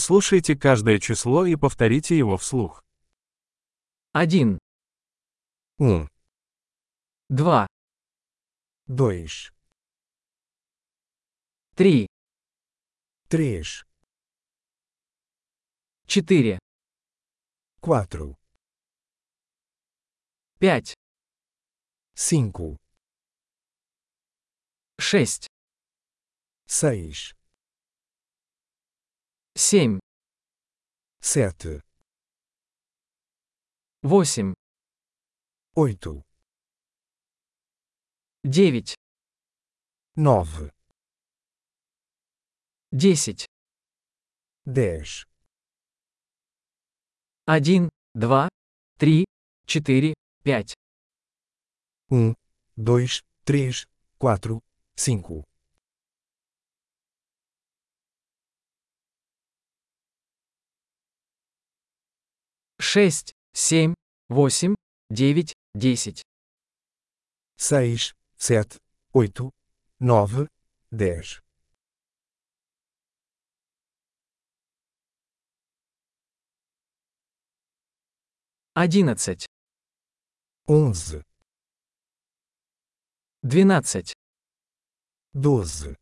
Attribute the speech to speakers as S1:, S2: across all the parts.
S1: Прослушайте каждое число и повторите его вслух.
S2: Один,
S3: Um,
S2: два,
S3: dois,
S2: три,
S3: três,
S2: четыре,
S3: quatro,
S2: пять,
S3: cinco,
S2: шесть,
S3: seis,
S2: семь,
S3: sete,
S2: восемь,
S3: oito,
S2: девять,
S3: nove,
S2: десять,
S3: dez,
S2: один, два, три, четыре, пять,
S3: um, dois, três, quatro, cinco,
S2: шесть, семь, восемь, девять, десять,
S3: seis, sete, oito, nove, dez,
S2: одиннадцать,
S3: onze,
S2: двенадцать,
S3: doze,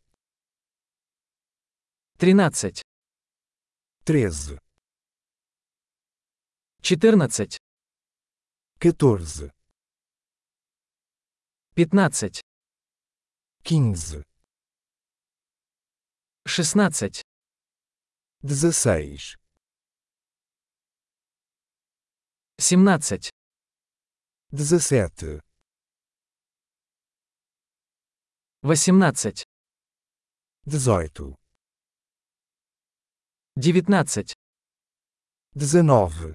S2: тринадцать,
S3: treze,
S2: четырнадцать,
S3: quatorze,
S2: пятнадцать,
S3: quinze,
S2: шестнадцать,
S3: dezesseis,
S2: семнадцать,
S3: dezessete,
S2: восемнадцать,
S3: dezoito,
S2: девятнадцать,
S3: dezenove,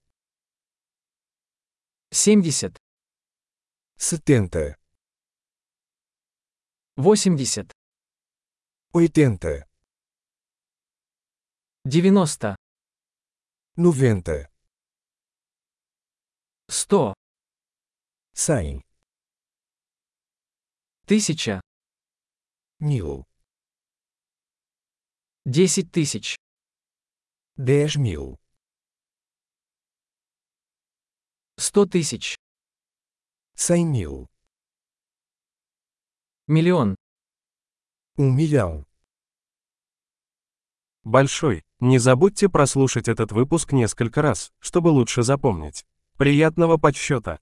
S2: семьдесят,
S3: setenta,
S2: восемьдесят.
S3: oitenta,
S2: девяносто,
S3: noventa,
S2: сто,
S3: cem,
S2: тысяча,
S3: mil,
S2: десять тысяч,
S3: dez mil,
S2: сто тысяч,
S3: cem mil,
S2: миллион.
S3: um milhão.
S1: Большой. Не забудьте прослушать этот выпуск несколько раз, чтобы лучше запомнить. Приятного подсчета!